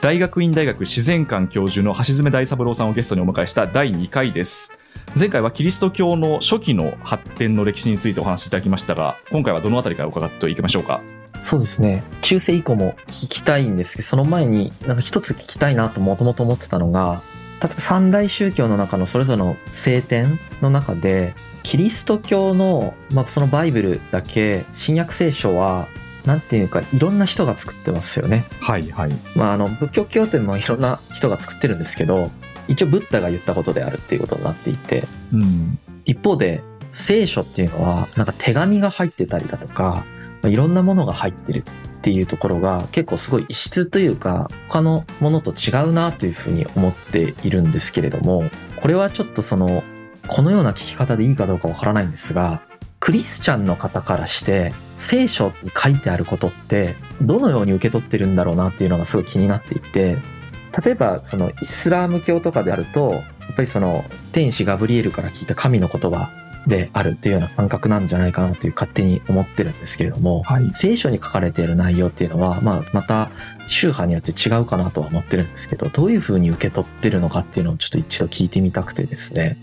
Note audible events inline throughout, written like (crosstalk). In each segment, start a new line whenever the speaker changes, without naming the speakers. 大学院大学自然館教授の橋爪大三郎さんをゲストにお迎えした第2回です前回はキリスト教の初期の発展の歴史についてお話しいただきましたが今回はどのあたりから伺っていきましょうか
そうですね。中世以降も聞きたいんですけど、その前になんか一つ聞きたいなともともと思ってたのが、例えば三大宗教の中のそれぞれの聖典の中で、キリスト教の、まあ、そのバイブルだけ、新約聖書は、なんていうか、いろんな人が作ってますよね。
はいはい
まあ、あの、仏教教典もいろんな人が作ってるんですけど、一応ブッダが言ったことであるっていうことになっていて、
うん
一方で聖書っていうのはなんか手紙が入ってたりだとかまあいろんなものが入ってるっていうところが結構すごい異質というか他のものと違うなというふうに思っているんですけれどもこれはちょっとそのこのような聞き方でいいかどうかわからないんですがクリスチャンの方からして聖書に書いてあることってどのように受け取ってるんだろうなっていうのがすごい気になっていて例えばそのイスラーム教とかであるとやっぱりその天使ガブリエルから聞いた神の言葉であるっていうような感覚なんじゃないかなという勝手に思ってるんですけれども、
はい
聖書に書かれている内容っていうのは、まあ、また宗派によって違うかなとは思ってるんですけどどういうふうに受け取ってるのかっていうのをちょっと一度聞いてみたくてですね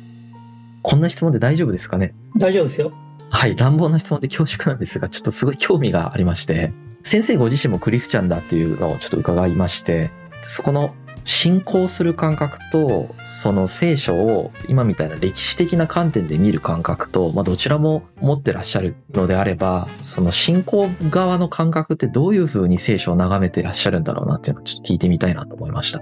こんな質問で大丈夫ですかね
大丈夫ですよ。
はい、乱暴な質問で恐縮なんですが、ちょっとすごい興味がありまして、先生ご自身もクリスチャンだっていうのをちょっと伺いまして、そこの信仰する感覚と、その聖書を今みたいな歴史的な観点で見る感覚と、まあどちらも持ってらっしゃるのであれば、その信仰側の感覚ってどういうふうに聖書を眺めてらっしゃるんだろうなっていうのをちょっと聞いてみたいなと思いました。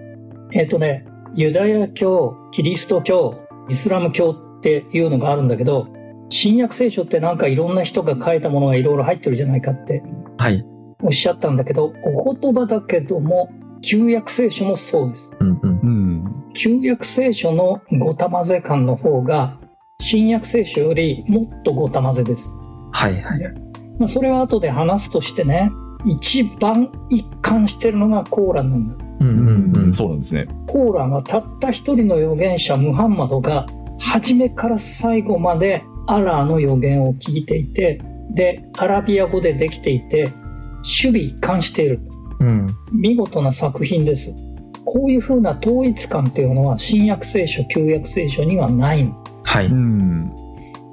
えっ、とね、ユダヤ教、キリスト教、イスラム教っていうのがあるんだけど、新約聖書ってなんかいろんな人が書いたものがいろいろ入ってるじゃないかって
はい。
おっしゃったんだけど、お言葉だけども、旧約聖書もそうです。
うんうん。
うん
旧約聖書のごた混ぜ感の方が、新約聖書よりもっとごた混ぜです。
はいはい。
まあ、それは後で話すとしてね、一番一貫してるのがコーランなんだ。
うんうんうん。
そうなんですね
コーランはたった一人の預言者ムハンマドが初めから最後までアラーの預言を聞いていてでアラビア語でできていて守備一貫している
うん。
見事な作品ですこういう風な統一感っていうのは新約聖書旧約聖書にはないの
は
う
い。
ん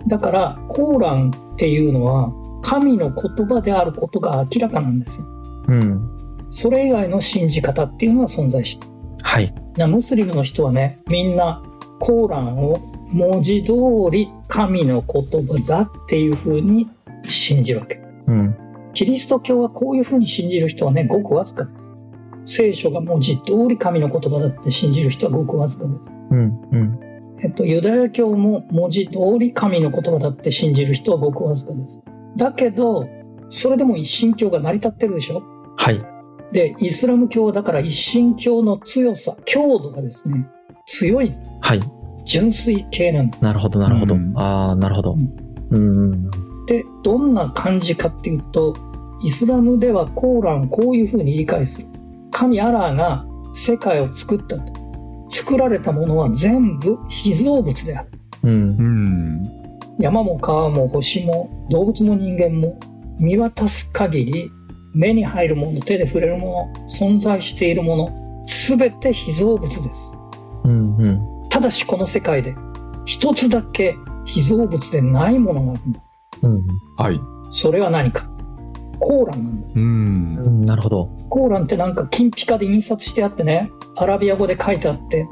だからコーランっていうのは神の言葉であることが明らかなんですよ
うん。
それ以外の信じ方っていうのは存在しない
はい。
なムスリムの人はねみんなコーランを文字通り神の言葉だっていう風に信じるわけ
うん。
キリスト教はこういう風に信じる人はねごくわずかです聖書が文字通り神の言葉だって信じる人はごくわずかです
うんうん。
えっとユダヤ教も文字通り神の言葉だって信じる人はごくわずかですだけどそれでも一神教が成り立ってるでしょ
はい。
でイスラム教はだから一神教の強さ強度がですね強い
はい。
純粋系なんだ。
なるほど、なるほど。
うん
ああ、なるほど。
う
うん。
で、どんな感じかっていうと、イスラムではコーランをこういうふうに理解する。神アラーが世界を作ったと。作られたものは全部被造物である。
う。
うんん
山も川も星も動物も人間も見渡す限り目に入るもの、手で触れるもの、存在しているもの、すべて被造物です。
うん。うん。
ただしこの世界で一つだけ被造物でないものがあるんだ。
うん。
はい
それは何かコーランなんだ。
うん
うんなるほど。
コーランってなんか金ピカで印刷してあってね、アラビア語で書いてあって、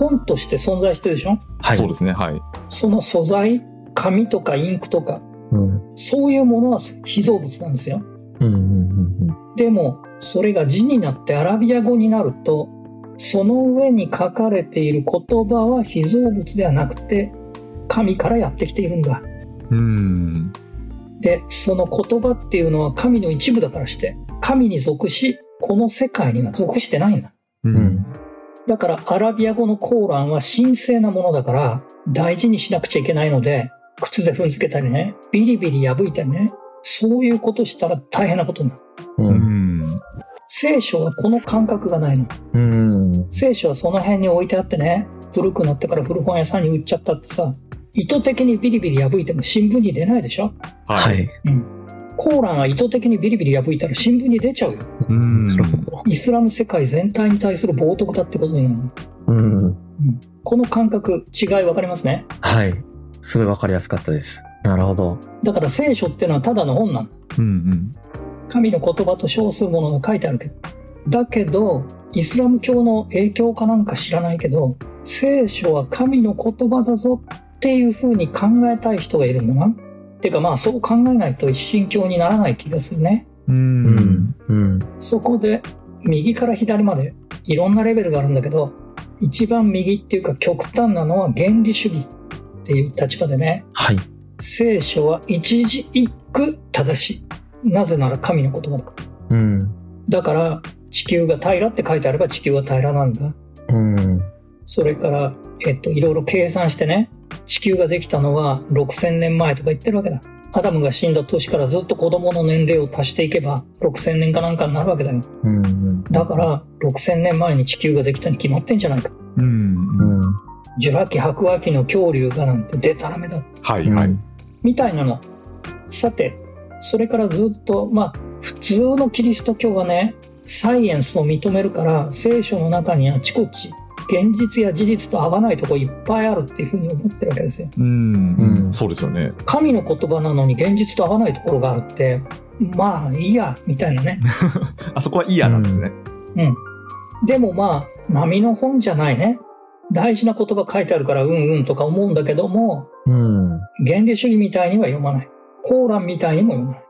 本として存在してるでしょ
はい。
そうですねはい
その素材、紙とかインクとか、
うん。
そういうものは非造物なんですよ。
うん。うん。うん。
でも、それが字になってアラビア語になると、その上に書かれている言葉は非造物ではなくて、神からやってきているんだ。
うん
で、その言葉っていうのは神の一部だからして、神に属し、この世界には属してないんだ。
う
うん
だからアラビア語のコーランは神聖なものだから大事にしなくちゃいけないので、靴で踏んづけたりね、ビリビリ破いたりね、そういうことしたら大変なことになる。
う。
うんん
聖書はこの感覚がないの。
うん。
聖書はその辺に置いてあってね、古くなってから古本屋さんに売っちゃったってさ、意図的にビリビリ破いても新聞に出ないでしょ
は
はいい。
うん。コーランが意図的にビリビリ破いたら新聞に出ちゃうよ。
うん
それこ
イスラム世界全体に対する冒涜だってことになるの。
そ。うん。
この感覚、違い分かりますね。
はい。すごいわかりやすかったです。なるほど。
だから聖書ってのはただの本なんだ。
うん
神の言葉と称するものが書いてあるけど。だけど、イスラム教の影響かなんか知らないけど、聖書は神の言葉だぞっていう風に考えたい人がいるんだな。てかまあそう考えないと一神教にならない気がするね。
うん。うん
うん。うん。
そこで右から左までいろんなレベルがあるんだけど、一番右っていうか極端なのは原理主義っていう立場でね、
はい。
聖書は一字一句正しい。なぜなら神の言葉だから。
うん。
だから地球が平らって書いてあれば地球は平らなんだ。
うん。
それから、えっと、いろいろ計算してね、地球ができたのは6000年前とか言ってるわけだ。アダムが死んだ年からずっと子供の年齢を足していけば6000年かなんかになるわけだよ。
うん。
だから6000年前に地球ができたに決まってんじゃないか。
うんう
う
ん。
ん。
ジュラ紀白亜紀の恐竜がなんてデタラメだ。
はいはい。
みたいなの。さて、それからずっと、まあ、普通のキリスト教はね、サイエンスを認めるから、聖書の中にあちこち、現実や事実と合わないとこいっぱいあるっていうふうに思ってるわけですよ。
うん
うん
そうですよね。
神の言葉なのに現実と合わないところがあるって、まあ、いいや、みたいなね。
あそこはイヤーなんですね。
うん。でもまあ、波の本じゃないね。大事な言葉書いてあるから、うんうんとか思うんだけども、
うん。
原理主義みたいには読まない。コーランみたいにも読まない。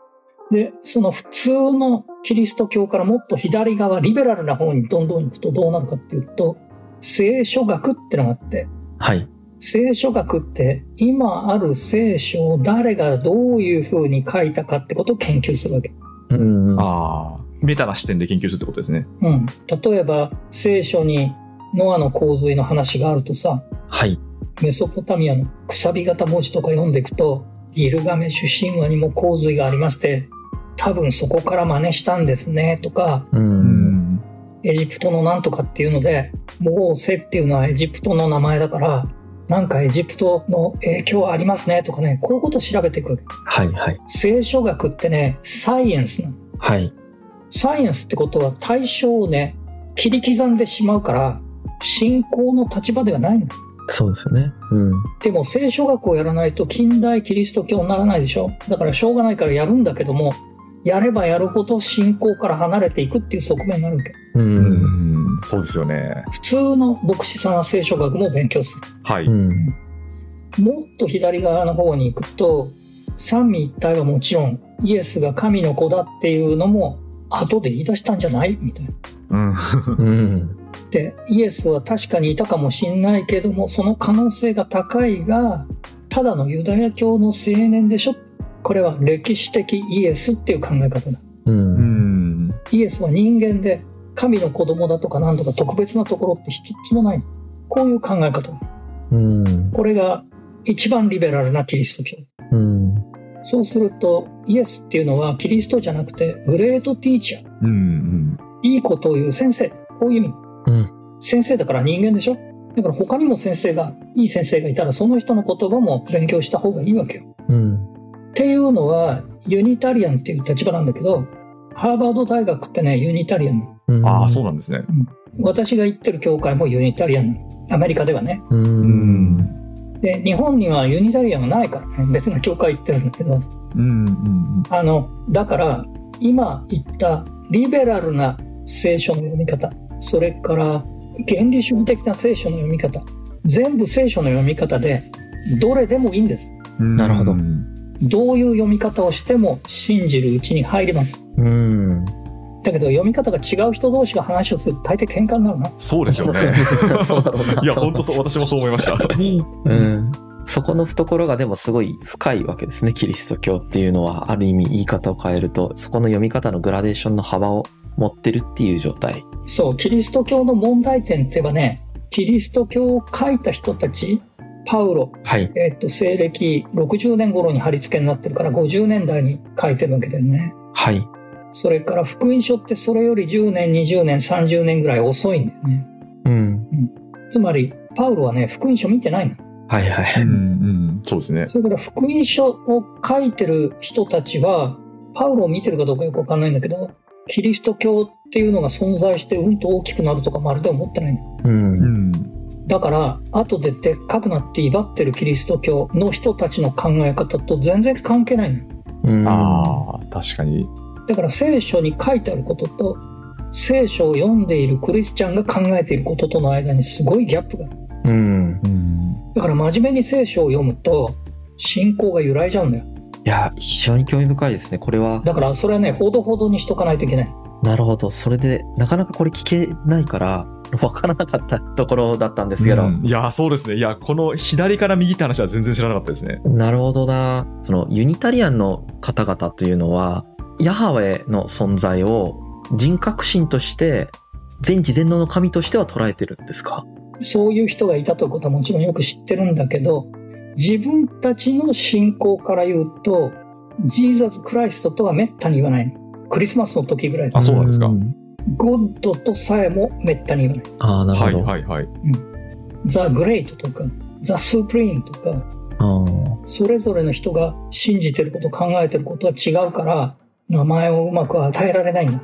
で、その普通のキリスト教からもっと左側、リベラルな方にどんどん行くとどうなるかっていうと、聖書学ってのがあって、
はい。
聖書学って今ある聖書を誰がどういう風に書いたかってことを研究するわけ。
うん。
ああ。メタな視点で研究するってことですね。
うん。例えば、聖書にノアの洪水の話があるとさ、
はい。
メソポタミアのくさび型文字とか読んでいくと、ギルガメシュ神話にも洪水がありまして、多分そこから真似したんですね、とか、
う。
うんん。
エジプトのなんとかっていうので、モーセっていうのはエジプトの名前だから、なんかエジプトの影響ありますね、とかね、こういうことを調べていくわけ。
はい。はい。
聖書学ってね、サイエンスなの。
はい。
サイエンスってことは対象をね、切り刻んでしまうから、信仰の立場ではないの。
そうですよね。うん。
でも聖書学をやらないと近代キリスト教にならないでしょだからしょうがないからやるんだけども、やればやるほど信仰から離れていくっていう側面になるわけ。
う。。
うんん。そうですよね。
普通の牧師さんは聖書学も勉強す
はいう
ん。
る。もっと左側の方に行くと、三位一体はもちろん、イエスが神の子だっていうのも、後で言い出したんじゃないみたいな。
うん。
うん。
で、イエスは確かにいたかもしんないけども、その可能性が高いが、ただのユダヤ教の青年でしょこれは歴史的イエスっていう考え方だ。
う。
うんん。
イエスは人間で、神の子供だとか何とか特別なところって一つもない。こういう考え方だ。
うん。
これが一番リベラルなキリスト教。
うん。
そうすると、イエスっていうのはキリストじゃなくて、グレートティーチャー。
うん。
いいことを言う先生。こういう意味。
うん。
先生だから人間でしょだから他にも先生が、いい先生がいたらその人の言葉も勉強した方がいいわけよ。
うん。
っていうのは、ユニタリアンっていう立場なんだけど、ハーバード大学ってね、ユニタリアンなの。
うん。
ああ、そうなんですね。
私が行ってる教会もユニタリアンなの。アメリカではね。
うん。
う
うん。。
で、日本にはユニタリアンがないからね。別の教会行ってるんだけど。
うん。うん。
あの、だから、今言ったリベラルな聖書の読み方、それから原理主義的な聖書の読み方、全部聖書の読み方で、どれでもいいんです。
うん
なるほど
うん。
どういう読み方をしても信じるうちに入ります。
うん。
だけど読み方が違う人同士が話をすると大抵喧嘩になるな。
そうですよね。
(laughs) そうだろうなと思います
いや、本当そう、私もそう思いました。
うん。そこの懐がでもすごい深いわけですね。キリスト教っていうのは、ある意味言い方を変えると、そこの読み方のグラデーションの幅を持ってるっていう状態。
そう、キリスト教の問題点ってばね、キリスト教を書いた人たち、パウロ、
はい。
えっと、西暦60年頃に貼り付けになってるから50年代に書いてるわけだよね。
はい。
それから福音書ってそれより10年、20年、30年ぐらい遅いんだよね。
うん。
つまり、パウロはね、福音書見てないの。
はいは
う
い。
ん。うん。そうですね。
それから福音書を書いてる人たちは、パウロを見てるかどうかよくわかんないんだけど、キリスト教っていうのが存在してうんと大きくなるとかまるで思ってないの。
うん。
ん。
だから、後ででっかくなって威張ってるキリスト教の人たちの考え方と全然関係ないの。
うん、
ああ、確かに。
だから聖書に書いてあることと聖書を読んでいるクリスチャンが考えていることとの間にすごいギャップがある
うん。
うん。
だから真面目に聖書を読むと信仰が揺らいじゃうんだよ
いや、非常に興味深いですね。これは、
だからそれはねほどほどにしとかないといけない
なるほど。それで、なかなかこれ聞けないから、わからなかったところだったんですけど、
うんいや、そうですね。いや、この左から右って話は全然知らなかったですね。
なるほどな。その、ユニタリアンの方々というのは、ヤハウェの存在を人格神として、全知全能の神としては捉えてるんですか
そういう人がいたということはもちろんよく知ってるんだけど自分たちの信仰から言うとジーザス・クライストとはめったに言わないクリスマスの時ぐらい
あそうなんですか
ゴッドとさえもめったに言わない
ああ、なる
は
ほ
い
ど。
はいはい。
ザ・グレイトとかザ・スプリームとか
うん
それぞれの人が信じてること考えてることは違うから名前をうまく与えられないんだ、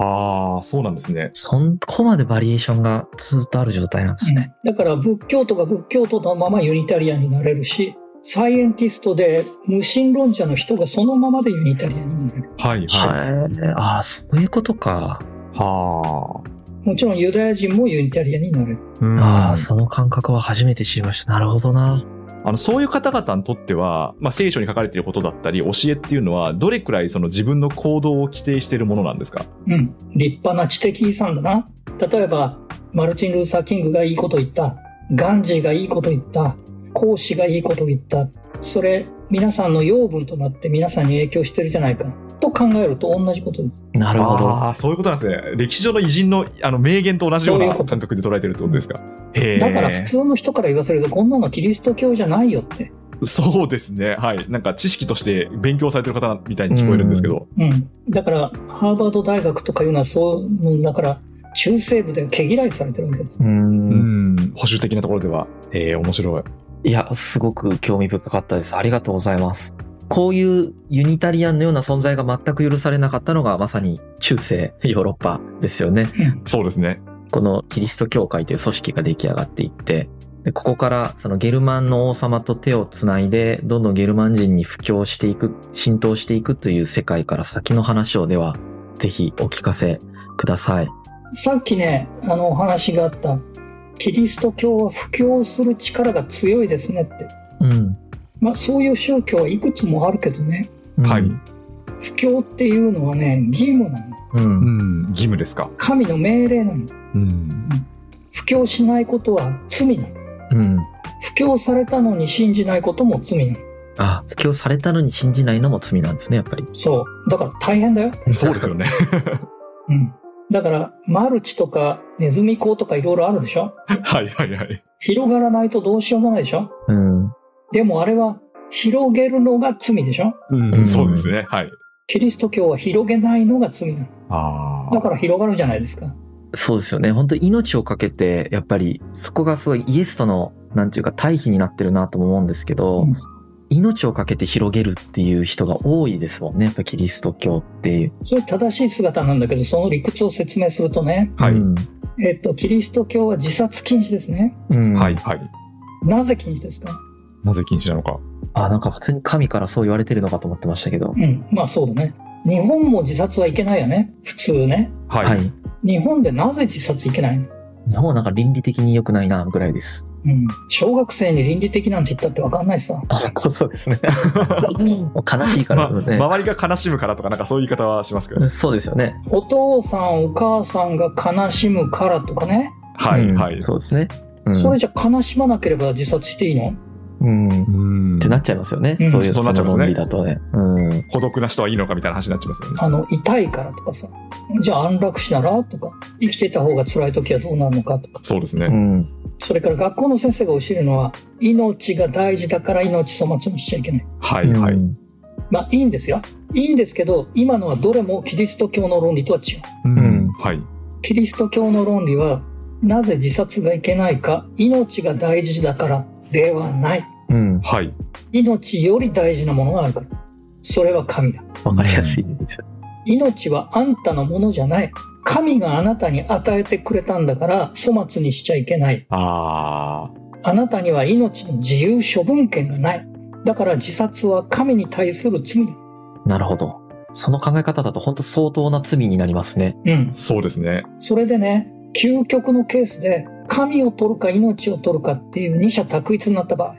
ああ、そうなんですね。
そんこまでバリエーションがずっとある状態なんですね。
だから仏教徒が仏教徒のままユニタリアンになれるしサイエンティストで無神論者の人がそのままでユニタリアンになれる
はいは
はい。ああ、そういうことか。
い。はあ。
もちろんユダヤ人もユニタリアンになれる
うん
ああ、その感覚は初めて知りました。なるほどな。
あのそういう方々にとっては、まあ、聖書に書かれていることだったり教えっていうのはどれくらいその自分の行動を規定しているものなんですか
うん立派な知的遺産だな例えばマルチン・ルーサー・キングがいいこと言ったガンジーがいいこと言った孔子がいいこと言ったそれ皆さんの養分となって皆さんに影響してるじゃないかと考えると同じことです
なるほど。
あーそういうことなんですね歴史上の偉人のあの名言と同じよう
そ
な
ういうこと
感覚で捉えてるってことですかへえ
だから普通の人から言わせるとこんなのキリスト教じゃないよって。
そうですねはいなんか知識として勉強されてる方みたいに聞こえるんですけど、
うん。だからハーバード大学とかいうのはそう、うんだから中西部で毛嫌いされてるわけです。
う。
うんん、保守的なところではへえ面白い
いや、すごく興味深かったです。ありがとうございます。こういうユニタリアンのような存在が全く許されなかったのがまさに中世ヨーロッパですよね。
そうですね
このキリスト教会という組織が出来上がっていって、でここからそのゲルマンの王様と手をつないで、どんどんゲルマン人に布教していく、浸透していくという世界から先の話をでは、ぜひお聞かせください。
さっきね、あのお話があった、キリスト教は布教する力が強いですねって。
うん。
まあそういう宗教はいくつもあるけどね、
うん
はい
布教っていうのはね、義務なの。
うん
うん義務ですか
神の命令なの。
うん
布教しないことは罪なの。
うん。
布教されたのに信じないことも罪なの。
あ、布教されたのに信じないのも罪なんですね、やっぱり。
そう。だから大変だよ。
そうですよね (laughs)
うん。だから、マルチとか、ネズミ講とかいろいろあるでしょ
はいはいはい
広がらないとどうしようもないでしょ
うん。
でもあれは、広げるのが罪でしょ
う
うんん
そうですねはい
キリスト教は広げないのが罪なの。
あ
だから広がるじゃないですか。
そうですよね。本当に命を懸けて、やっぱり、そこがすごいイエスとの、なんていうか、対比になってるなとも思うんですけど、
うん
命を懸けて広げるっていう人が多いですもんね。やっぱキリスト教っていう。
それ正しい姿なんだけど、その理屈を説明するとね、
はい
うん。
えっと、キリスト教は自殺禁止ですね。
うん
はい。はい
なぜ禁止ですか
なぜ禁止なのか
あ、なんか普通に神からそう言われてるのかと思ってましたけど。
うん。まあそうだね。日本も自殺はいけないよね。普通ね。
はい、
はい。
日本でなぜ自殺いけないの
日本はなんか倫理的に良くないな、ぐら
(laughs)
いです。
うん。小学生に倫理的なんて言ったってわかんないさ。
あ、そうですね。もう悲しいから
ま
ね。
周りが悲しむからとか、なんかそういう言い方はしますけど、
そうですよね。
お父さんお母さんが悲しむからとかね、
はい、
うん
はい。
そうですね。うん
それじゃ悲しまなければ自殺していいの
うん。
うん
ってなっちゃいますよね。
うん
そういう
そうなっちゃいますね
その論理だとね。うん。
孤独な人はいいのかみたいな話になっちゃいますよね。
あの痛いからとかさじゃあ安楽死ならとか生きてた方が辛い時はどうなるのかとか
そうですね。
うん。
それから学校の先生が教えるのは命が大事だから命粗末にしちゃいけない
はい、はい。
うん
まあいいんですよいいんですけど今のはどれもキリスト教の論理とは違う
うんはい。
キリスト教の論理はなぜ自殺がいけないか命が大事だからではない
うん。
はい。
命より大事なものがあるからそれは神だ
わかりやすいです。
命はあんたのものじゃない。神があなたに与えてくれたんだから粗末にしちゃいけない。
あ
あなたには命の自由処分権がない。だから自殺は神に対する罪だ。
なるほど。その考え方だと本当相当な罪になりますね。
うん
あ、。そうですね。
それでね、究極のケースで、神を取るか命を取るかっていう二者択一になった場合、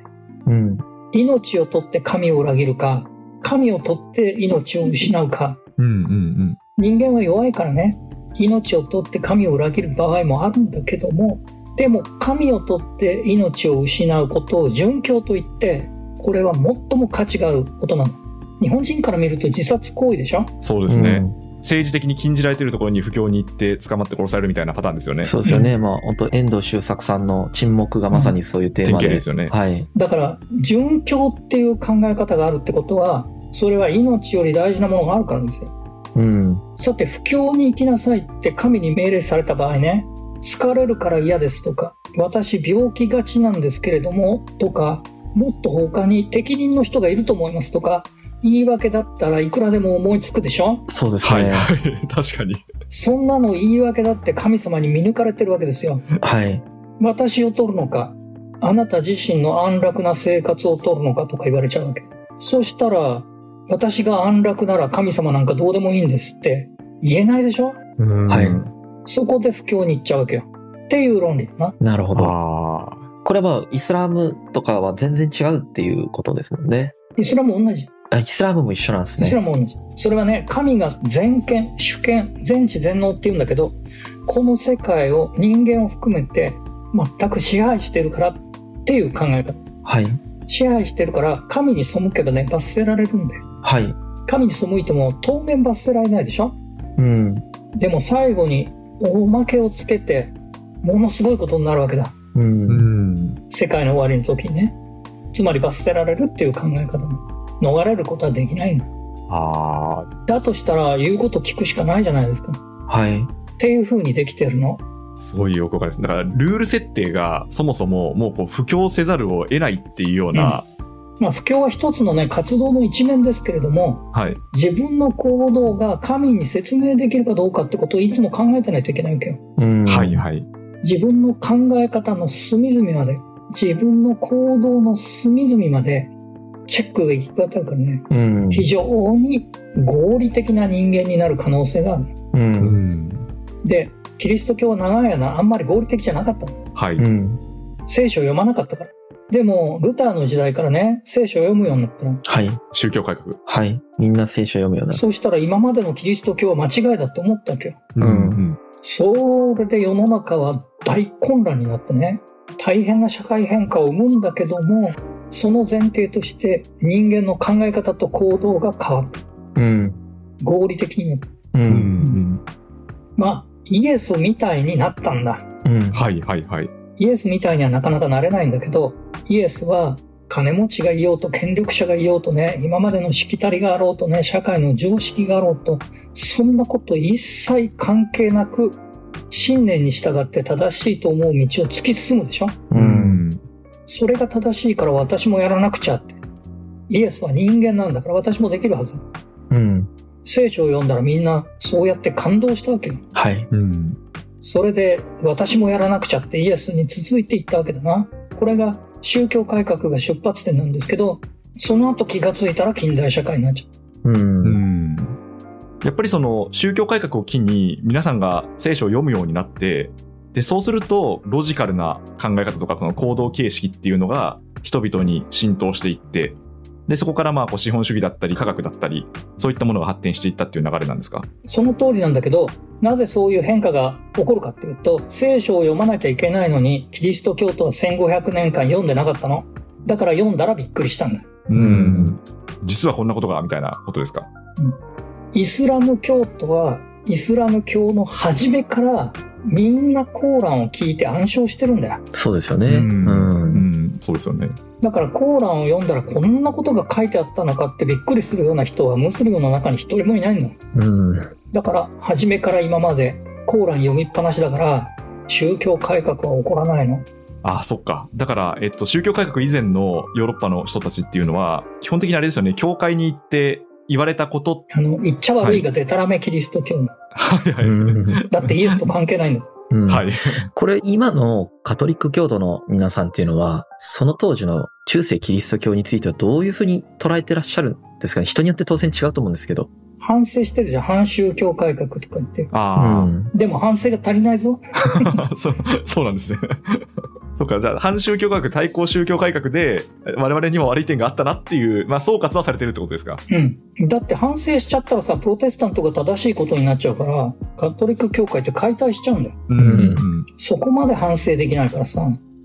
うん。
命を取って神を裏切るか、神を取って命を失うか、
うんうん
人間は弱いからね、命を取って神を裏切る場合もあるんだけども、でも神を取って命を失うことを殉教と言って、これは最も価値があることなの。日本人から見ると自殺行為でしょ
うん。そうですね。政治的に禁じられてるところに不況に行って捕まって殺されるみたいなパターンですよ
うん
ね。
そうですよね。まあ本当遠藤周作さんの沈黙がまさにそういうテー
典
マ
型
で。
ですよね。
はい。
だから、殉教っていう考え方があるってことは、それは命より大事なものがあるからですよ。
うん。
さて、不況に行きなさいって神に命令された場合ね、疲れるから嫌ですとか、私病気がちなんですけれども、とか、もっと他に適任の人がいると思いますとか、言い訳だったらいくらでも思いつくでしょ
そうです
はい、
ね。
はい、 (laughs) 確かに。
そんなの言い訳だって神様に見抜かれてるわけですよ。
(laughs) はい。
私を取るのか、あなた自身の安楽な生活を取るのかとか言われちゃうわけ。そしたら、私が安楽なら神様なんかどうでもいいんですって言えないでしょ
はい
そこで不況に行っちゃうわけよ。っていう論理だな。
なるほど。
ああ。
これはイスラムとかは全然違うっていうことですもんね。
イスラムも同じ。
あイスラムも一緒なんです
イスラ
ね。
ムも同じ。それはね、神が全権、主権、全知全能って言うんだけど、この世界を人間を含めて全く支配してるからっていう考え方。
はい。
支配してるから神に背けばね、罰せられるんだよ。
はい。
神に背いても当面罰せられないでしょ
うん。
でも最後におまけをつけてものすごいことになるわけだ
うん。
ん。
世界の終わりの時にねつまり罰せられるっていう考え方も逃れることはできないの
ああ。
だとしたら言うこと聞くしかないじゃないですか
はい。
っていう風にできてるの
すごいよくわかります。だから、ルール設定がそもそももうこう布教せざるを得ないっていうような、
まあ不況は一つのね活動の一面ですけれども
はい。
自分の行動が神に説明できるかどうかってことをいつも考えてないといけないわけよ
うん。
はい、はい。
自分の考え方の隅々まで、自分の行動の隅々まで、チェックが行き渡るからね、
うん。
非常に合理的な人間になる可能性がある。
うん。
ん。
で、キリスト教は長い間あんまり合理的じゃなかったの。
はい。
うん。
聖書を読まなかったから。でも、ルターの時代からね、聖書を読むようになったの。
はい。
宗教改革。
はい。みんな聖書を読むようになる。
そうしたら今までのキリスト教は間違いだと思ったわけよ。
うん
ん。
それで世の中は大混乱になってね大変な社会変化を生むんだけどもその前提として人間の考え方と行動が変わる
うん。
合理的になる
う。
うんん。
まあイエスみたいになったんだ
うん。
はい、はい、はい。
イエスみたいにはなかなかなれないんだけどイエスは金持ちがいようと権力者がいようとね今までのしきたりがあろうとね社会の常識があろうとそんなこと一切関係なく信念に従って正しいと思う道を突き進むでしょ
うん。。
それが正しいから私もやらなくちゃって。イエスは人間なんだから私もできるはず。
うん。
聖書を読んだらみんなそうやって感動したわけよ。
はい。
うん。
それで私もやらなくちゃってイエスに続いていったわけだな。これが宗教改革が出発点なんですけど、その後気がついたら近代社会になっちゃった。
う。
うんん。やっぱりその宗教改革を機に皆さんが聖書を読むようになってでそうするとロジカルな考え方とかこの行動形式っていうのが人々に浸透していってでそこからまあこう資本主義だったり科学だったりそういったものが発展していったっていう流れなんですか
その通りなんだけど、なぜそういう変化が起こるかっていうと、聖書を読まなきゃいけないのに、キリスト教徒は1500年間読んでなかったの。だから読んだらびっくりしたんだ。
うん
実はこんなことがみたいなことですか
イスラム教徒はイスラム教の初めからみんなコーランを聞いて暗唱してるんだよ
そうですよね。う
うん
ん。
うんそうですよね
だからコーランを読んだらこんなことが書いてあったのかってびっくりするような人はムスリムの中に一人もいないんだ
うん。
だから初めから今までコーラン読みっぱなしだから宗教改革は起こらないの
ああそっかだから、えっと、宗教改革以前のヨーロッパの人たちっていうのは基本的にあれですよね教会に行って言われたこと、
あの、言っちゃ悪いがデタラメキリスト教なの。
はいは
う
い。
ん
だってイエスと関係ないの。
うん
はい。
これ今のカトリック教徒の皆さんっていうのは、その当時の中世キリスト教についてはどういうふうに捉えてらっしゃるんですかね人によって当然違うと思うんですけど。
反省してるじゃん。反宗教改革とか言って。
あ
うん
でも反省が足りないぞ。
あ、 (laughs) そう、そうなん
(laughs)
ですね。そうか、じゃあ、反宗教改革、対抗宗教改革で、我々にも悪い点があったなっていう、まあ、総括はされてるってことですか。
うん。だって反省しちゃったらさ、プロテスタントが正しいことになっちゃうから、カトリック教会って解体しちゃうんだよ。
うん
うん
そこまで反省できないからさ、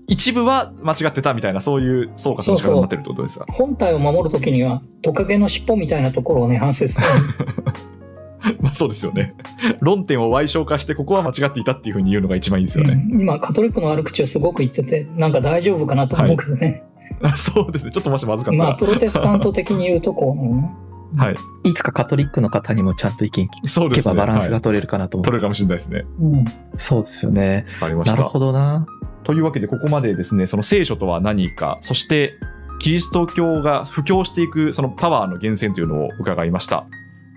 一部は間違ってたみたいな、そういう総括の仕方になってるってことですか。
本体を守るときには、トカゲの尻尾みたいなところをね、反
(laughs)
省する。
まあ、そうですよね。論点を歪償化して、ここは間違っていたっていうふうに言うのが一番いいですよね。
うん今、カトリックの悪口をすごく言ってて、なんか大丈夫かなと思うけどね。
あそうですね。 (laughs) ちょっともしまずかったら。
まあ、プロテスタント的に言うとこうなのね。
はい。
いつかカトリックの方にもちゃんと意見聞
そうで
け
す
ば
ね。
バランス
は
が
い
取れるかなと思う。
取れるかもしれないですね。
うん。
そうですよね。
わかりまし
な
た。
るほどな。
というわけでここまでですねその聖書とは何かそしてキリスト教が布教していくそのパワーの源泉というのを伺いました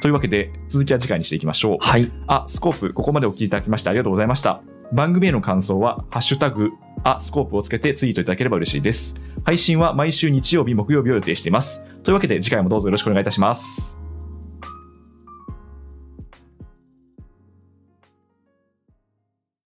というわけで続きは次回にしていきましょう
はい。
あスコープここまでお聞きいただきましてありがとうございました番組への感想は「ハッシュタグあスコープ」をつけてツイートいただければ嬉しいです配信は毎週日曜日木曜日を予定していますというわけで次回もどうぞよろしくお願いいたします